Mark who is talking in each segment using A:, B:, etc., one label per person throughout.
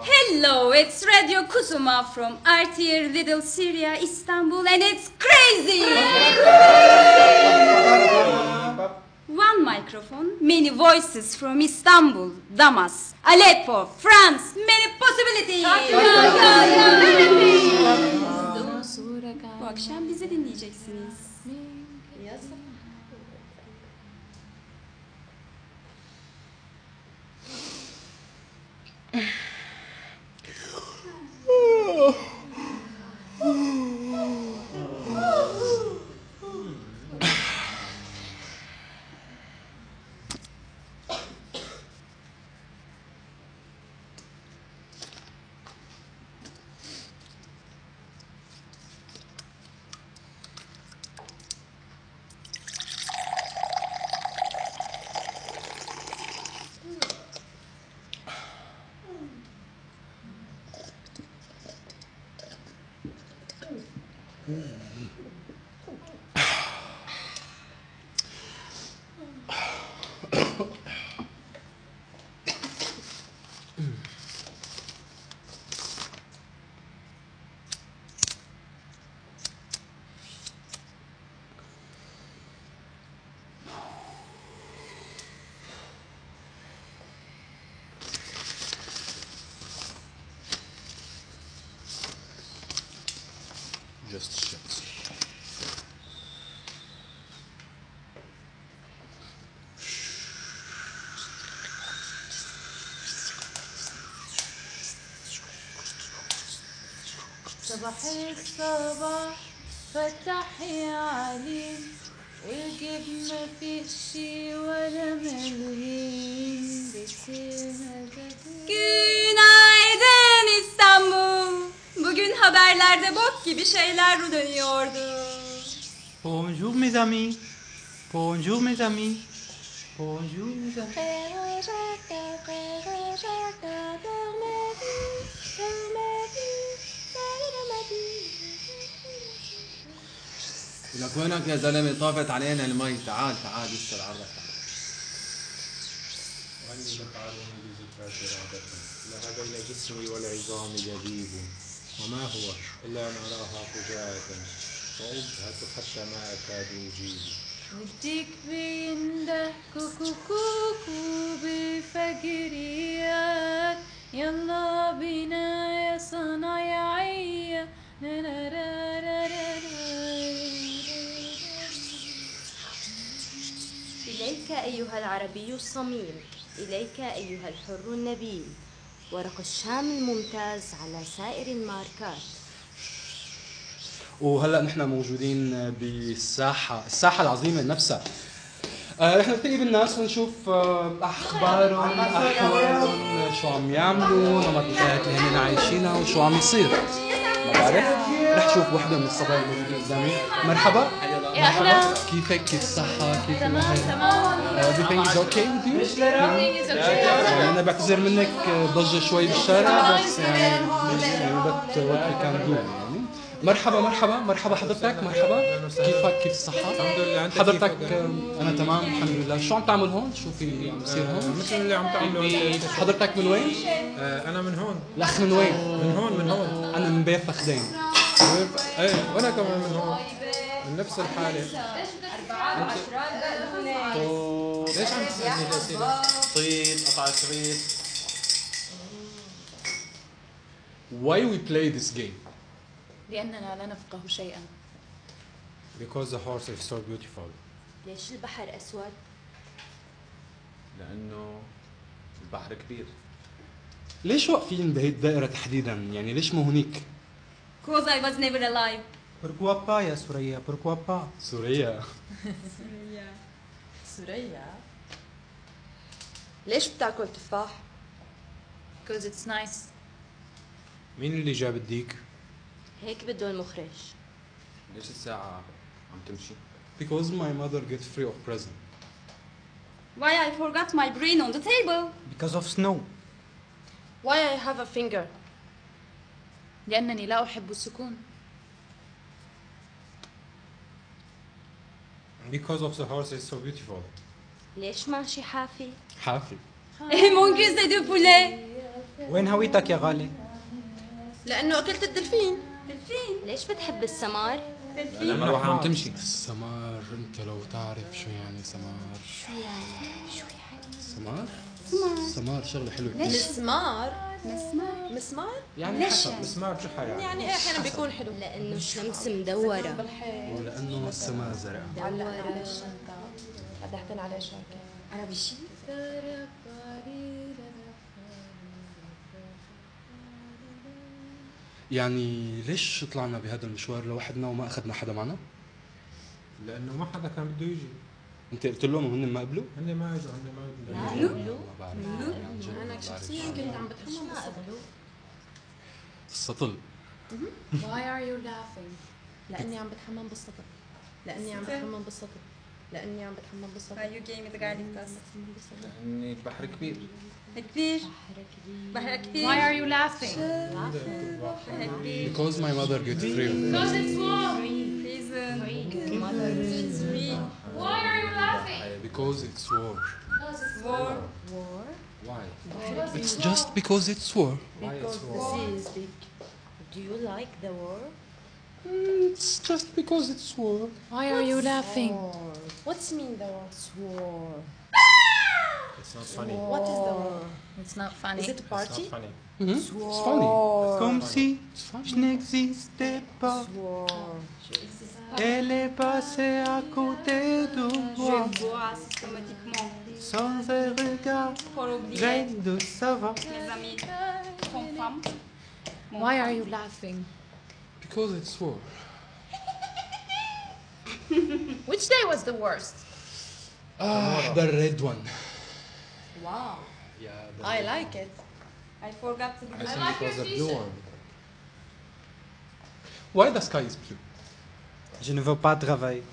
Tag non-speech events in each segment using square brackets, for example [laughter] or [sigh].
A: Hello, it's Radio Kusuma from RTR Little Syria, Istanbul, and it's crazy! One microphone, many voices from Istanbul, Damas, Aleppo, France, many possibilities! Bu akşam bizi dinleyeceksiniz.
B: Just shit.
C: صباحك صباح فتح يا عليم والجيب ما فيه شي ولا مليم بسيمة
A: Günaydın İstanbul. Bugün haberlerde bok gibi şeyler dönüyordu.
D: Bonjour mes amis. Bonjour mes amis. Bonjour mes amis.
B: لك وينك يا زلمه طافت علينا المي تعال تعال يسر عرضك ذهب إلى جسمي والعظام يذيب وما هو إلا أن أراها فجاءة فأبهت حتى ما أكاد أجيب
C: وديك بينده كوكو كوكو بفجريات يلا بينا يا صنايعية نا نا را را را را.
E: إليك أيها العربي الصميم إليك أيها الحر النبيل ورق الشام الممتاز على سائر الماركات
B: وهلا نحن موجودين بالساحة الساحة العظيمة نفسها آه، رح نلتقي بالناس ونشوف آه، اخبارهم احوالهم شو عم يعملوا نمط الحياه اللي هن عايشينها وشو عم يصير ما بعرف رح شوف وحده من الصبايا الموجوده قدامي مرحبا
C: يا أهلا.
B: كيفك كيف الصحه كيف
C: تمام
B: الأهل؟
C: تمام
B: everything is okay with you نعم.
C: Everything is okay.
B: يعني انا بعتذر منك آه، ضجه شوي بالشارع بس يعني يعني بت وات وي كان دو يعني مرحبا مرحبا مرحبا حضرتك مرحبا كيفك كيف الصحه
F: الحمد لله انت
B: حضرتك
F: كيفك؟
B: آه، انا تمام الحمد لله شو عم تعمل هون شو في عم يصير
F: آه،
B: هون
F: مثل اللي عم تعمله انت.
B: حضرتك من وين
F: آه، انا من هون
B: الاخ من وين
F: من هون من هون
B: انا من بيت فخدين
F: ايه وانا كمان من هون من نفس الحاله ليش عم تسالني الاسئله؟
D: طيب قطع شريط.
B: why we play this game
C: لأننا لا نفقه شيئا
F: Because the horse is so beautiful
E: ليش البحر أسود؟
F: لانه البحر كبير
B: ليش واقفين بهي الدائره تحديدا يعني ليش مو هنيك
A: Cause I was never alive.
D: Pourquoi pas يا سوريا Pourquoi pas
B: سوريا
E: ليش بتاكل تفاح؟
C: Because it's nice
F: مين اللي جاب الديك؟
E: هيك بده المخرج
F: ليش الساعه عم تمشي؟
B: because my mother get free of prison
A: Why I forgot my brain on the table?
D: Because of snow.
E: Why I have a finger?
C: لأنني لا أحب
A: [laughs]
C: السكون
F: Because of the horse is so beautiful
E: ليش ماشي حافي؟
B: حافي
A: Et mon cul c'est du poulet.
D: وين هويتك يا غالي
G: لانه اكلت الدلفين
A: دلفين
E: ليش بتحب السمار؟
A: دلفين
H: لما روحها عم تمشي
B: سمار انت لو تعرف شو يعني سمار شو يعني شو يعني سمار سمار شغله حلوه كتير.
G: مسمار
A: مسمار
G: مسمار
F: يعني حسب مسمار شو حياة
G: يعني إيه احيانا بيكون حلو
E: لأنه الشمس مدورة
G: بالحيط
B: ولانه السماء زرع
G: علق على الشنطة قدحتن على شاكة
A: عربي شي
B: يعني ليش طلعنا بهذا المشوار لوحدنا وما اخذنا حدا معنا؟
F: لأنه ما حدا كان بده يجي
B: انت قلت لهم وهن ما قبلوا؟
F: هن ما اجوا هن ما اجوا
B: ما بعرف عن جد ما
G: انا
B: بعرف.
G: شخصيا كنت عم بتحمم
B: السطل
G: Why are you laughing? لأني عم بتحمم بالسطح لأني عم بتحمم بالسطح لأني عم بتحمم بالسطح
A: You gave me the garlic toast.
F: لأني بحر كبير
A: كبير بحر كثير
C: Why are you laughing?
B: because my mother get free
C: Because it's warm.
A: Prison.
C: Why are you laughing?
B: because it's war
A: War.
B: why
C: Because
B: it's just because it's war
F: why it's war
E: This is big. Do you like the war?
B: Mm, it's just because it's war
C: Why are you laughing?
G: What's mean the word?
E: War.
F: it's not funny
G: What is the word?
C: Oh, It's not
G: Is
C: funny.
G: it a
F: it's not
G: party?
F: funny
B: Mhm. it's funny
D: Comme si je n'existais pas. Elle est passée à côté de moi.
A: Je bois systématiquement
D: Sans un regard,
A: pour oublier
D: j'aide de savoir.
A: mes amis, ton femme.
C: Why are you laughing?
B: because it's war
C: Which day was the worst?
B: ah the red one
G: Wow.
B: yeah the
G: I like it.
A: I forgot to
F: I
A: give
F: think it was a blue one
B: why the sky is blue
D: Je ne veux pas travailler.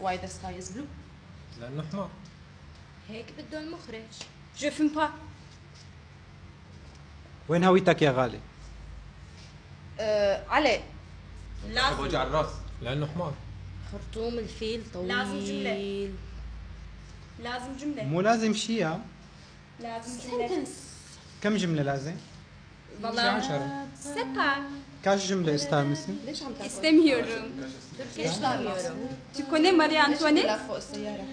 G: Why the sky is blue?
F: لأنه حمار
E: هيك بده المخرج
A: Je fume pas.
D: وين هويتك يا غالي؟
G: أه علي
A: لازم
H: وجع الراس
F: لأنه حمار
E: خرطوم الفيل
A: لازم جملة.
E: طويل
A: لازم جملة.
D: مو لازم شي ها؟
A: لازم جملة.
D: كم جملة لازم؟
A: والله
F: عشرة
A: سبعة.
D: كاش جملة استاذ مسلم؟
G: ليش عم تاكل؟
A: استميورم.
G: ليش لا يورو؟
A: Tu connais Marie
G: ليش عم
A: Antoinette?
G: تلعب فوق السيارة؟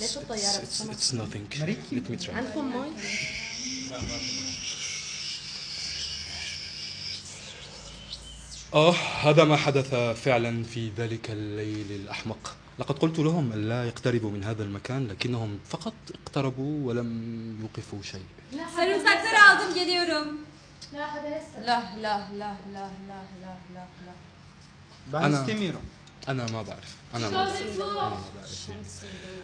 G: ليش
B: it's,
G: الطيارة
B: it's,
G: بتسمع؟
B: it's nothing let me try
G: عندكم مي؟
B: آه هذا ما حدث فعلا في ذلك الليل الأحمق لقد قلت لهم ألا يقتربوا من هذا المكان لكنهم فقط اقتربوا ولم يوقفوا شيء
A: Sarımsakları aldım geliyorum.
G: لا لا لا لا لا لا لا لا
D: بعد
B: أنا-
D: استميروا
B: أنا ما بعرف أنا ما بعرف, أنا ما بعرف.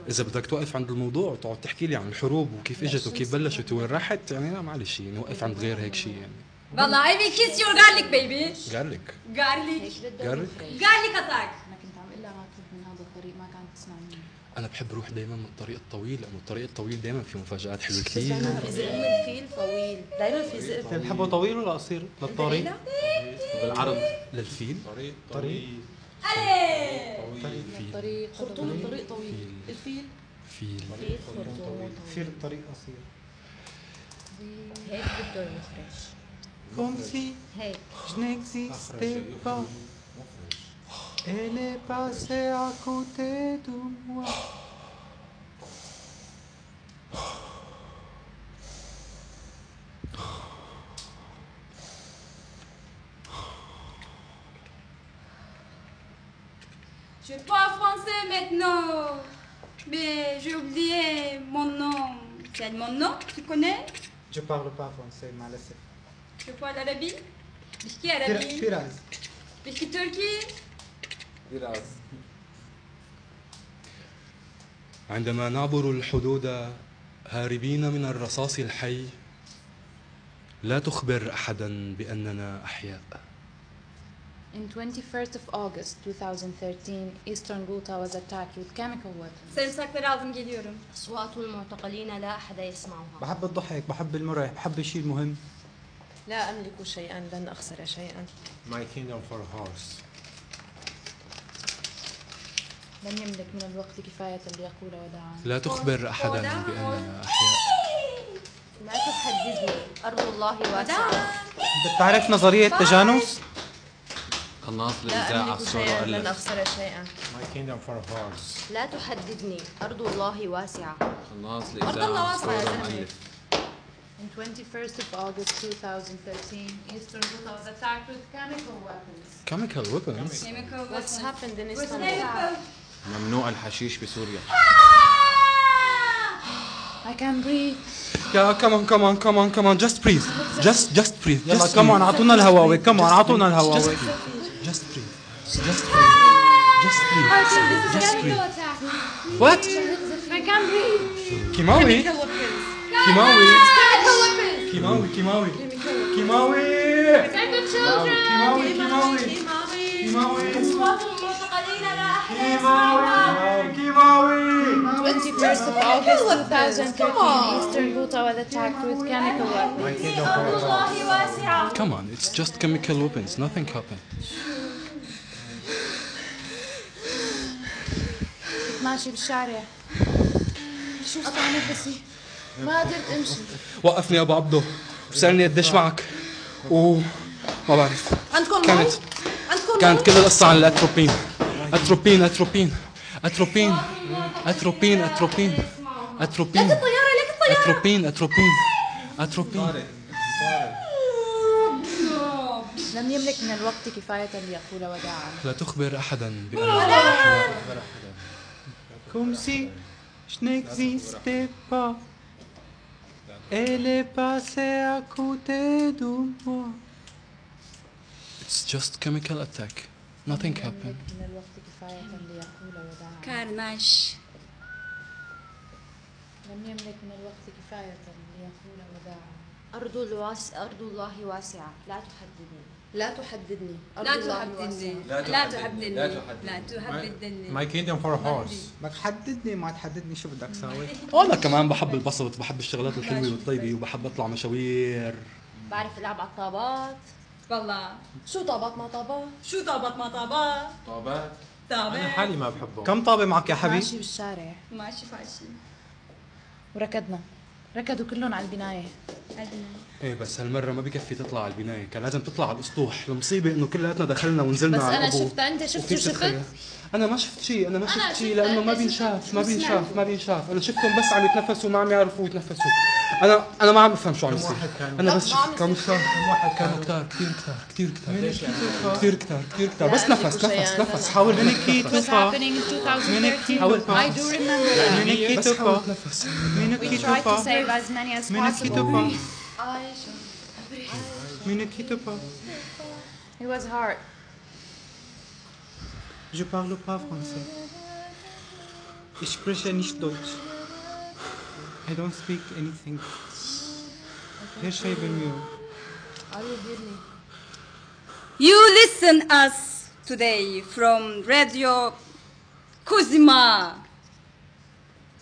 B: إذا بدك توقف عند الموضوع وتقعد تحكي لي عن الحروب وكيف إجت وكيف بلشت وين راحت يعني لا معلش يعني وقف عند غير هيك شيء يعني
A: Vallahi I will kiss your garlic baby.
B: جارلك
A: Garlic.
B: جارلك
A: Garlic attack.
G: انا كنت عم اقول لها ما تروح من هذا الطريق ما كانت تسمع مني
B: أنا بحب روح دايما من الطريق الطويل لأنه الطريق الطويل دايما فيه مفاجآت حلوة كثير
G: دايما في
E: زقوم الفيل طويل
G: دايما في زئبة
D: بتحبوا طويل ولا قصير؟ للطريق؟
H: بالعرض
B: للفيل
F: طريق
D: طريق.
A: Allez.
G: الطريق خرطوم الطريق طويل
B: فيل.
G: الفيل
B: فيل
E: فيل خرطوم
D: في الطريق قصير.
E: هيك بده المخرج
D: Comme si
E: هيك
D: je n'existais pas. Elle est passée à côté de moi.
A: Je parle français maintenant. Mais j'ai oublié mon nom. C'est mon nom, tu connais?
D: Je parle pas français, مع الأسف.
A: Je parle arabe. بحكي
D: فراس-
A: عربي
D: فراس.
A: بحكي تركي
H: براس
B: عندما نعبر الحدود هاربين من الرصاص الحي لا تخبر احدا باننا احياء
C: In 21st of August 2013, Eastern Ghouta was attacked with chemical weapons.
A: sarımsakları aldım geliyorum.
E: أصوات المعتقلين لا أحد يسمعها
D: بحب الضحك بحب المرح بحب الشيء المهم
G: لا أملك شيئا لن أخسر شيئا
F: my kingdom for horse
C: لم يملك من الوقت كفاية ليقول وداعا.
B: لا تخبر احدا باننا احياء
I: لا تحددني أرض الله واسعة
G: مدام
D: انت بتعرف نظريه تجانس؟
J: قناص
G: لا
J: الإذاعة
G: أملك شيئا
J: السورة
G: لن
J: ألف
G: أخسر
A: şey,
G: شيئا
B: My kingdom for horse.
I: لا تحددني أرض الله واسعة
J: قناص
G: أرض الله
J: الإذاعة
G: واسعة يا
J: السورة
G: زلمة.
J: ألف
F: On 21st of August 2013, Eastern was attacked with chemical weapons.
J: كيميكال ويبنز
A: Chemical
G: What's
A: weapons.
G: happened in
A: What's
G: Istanbul
A: chemical?
J: ممنوع الحشيش بسوريا
F: I can't breathe.
D: يا كمان كمان كمان كمان جاست بريز جاست جست بريز يلا
J: Just
D: كمان
J: breathe.
D: اعطونا الهواوي كمان اعطونا الهواوي
J: Just breathe. Just breathe. Just breathe. Just breathe.
D: وات
F: I can't breathe.
D: كيماوي كيماوي كيماوي كيماوي كيماوي
F: Save the children.
D: كيماوي كيماوي كيماوي كيماوي كيماوي
G: 21st of August 2013 Eastern Ghouta was attacked with chemical weapons
B: My kingdom for horse.
J: Come on, it's just chemical weapons. Nothing happened.
G: 12 بالشارع شو قطع نفسي ما قدرت امشي
D: وقفني ابو عبده سالني قديش معك و ما بعرف
G: عندكم
D: كانت كانت كل القصة عن الأتروبين أتروبين أتروبين أتروبين أتروبين أتروبين أتروبين أتروبين أتروبين أتروبين
G: لم يملك من الوقت كفاية ليقول وداعا
J: لا تخبر أحدا بأن
D: Comme si je n'existais pas. Elle est passée à côté de moi.
J: It's just chemical attack. Nothing happened.
G: من الوقت كفاية ليقول وداعا
A: Carnage.
G: لم يملك من الوقت كفاية ليقول وداعا
I: أرض, الواس... أرض الله واسعة لا تحددني
G: لا تحددني أرض
A: لا
G: الله
A: تحددني
G: واسعة.
A: لا تحددني لا تحددني
B: My kingdom for horse.
D: بدك حددني ما تحددني شو بدك ساوي؟
J: وأنا كمان بحب البسط بحب الشغلات الحلوة والطيبة وبحب أطلع مشاوير
I: بعرف ألعب على الطابات
A: والله
G: شو طابات ما طابات
A: شو طابت ما طابت
B: طابات أنا
A: طابت
B: حالي ما بحبه
D: كم طابة معك يا حبيبي؟
G: ماشي بالشارع
A: ماشي فاشي
G: وركضنا ركضوا كلهم على البناية
A: أدنى
D: إيه
J: ايه بس هالمرة ما بكفي تطلع على البناية كان لازم تطلع على الأسطوح المصيبة إنه كلياتنا دخلنا ونزلنا
G: بس
J: على
G: أنا
J: الأبو
G: شفتها أنت شفت
J: وفي بتت
G: وشفت
J: خيال. أنا ما شفت شيء أنا ما
G: أنا
J: شفت
G: شفت-
J: شيء لأنه ما
G: أنت
J: بينشاف
G: شفت،
J: ما
G: بس
J: بينشاف
G: سمعته.
J: ما بينشاف أنا شفتهم بس عم يتنفسوا ما عم يعرفوا يتنفسوا أنا أنا ما عم بفهم شو عم
B: كم
J: يصير
B: واحد كان
J: أنا بس
G: ما عم
J: شفت كم شهر
B: كم واحد
J: كانوا
B: كان
J: كتار كتير كتار كتير كتار
B: ليش يعني؟
J: كتير كتار كتير كتار
G: لا،
J: بس
G: عندكم
J: نفس
G: شيء
J: نفس
G: عندنا.
J: نفس حاول
D: منكي
G: What's
D: توفى
G: happening in
D: منكي
G: 2013 I do
D: توفى
G: remember that.
D: منكي
J: بس حاول
D: توفى
J: تنفس
G: We
D: منكي
G: tried to
D: توفى
G: save as many as
D: منكي
G: possible.
D: توفى منكي توفى
G: It was hard.
D: Je parle pas français. Ich spreche nicht Deutsch. I don't speak anything. Her şey bilmiyorum.
A: You listen us today from Radio Kuzima.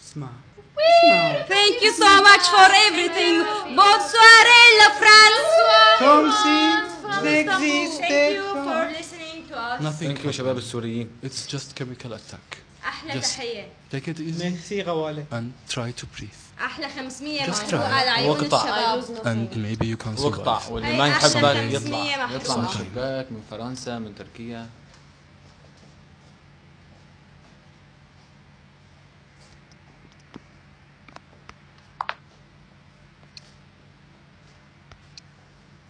D: Sma. Sma.
A: Thank you so much for everything. Bonne soirée, la France.
D: Comme si
A: Thank
D: n'existait
A: you for
D: pas.
A: listening to us.
J: nothing
B: ثانك يو شباب السوريين
J: it's just chemical attack
A: أحلى
J: Yes.
A: تحية
J: take it easy
D: Merci Rawale.
J: and try to breathe
A: أحلى 500
J: Just
A: محروقة
J: try.
A: على عيون
J: واقطع.
A: الشباب
J: and maybe you can survive
K: واقطع واللي
A: أي
K: ما يحبك
A: أحلى خمسمية
K: يطلع يطلع
A: محروقة.
K: من شباك من فرنسا من تركيا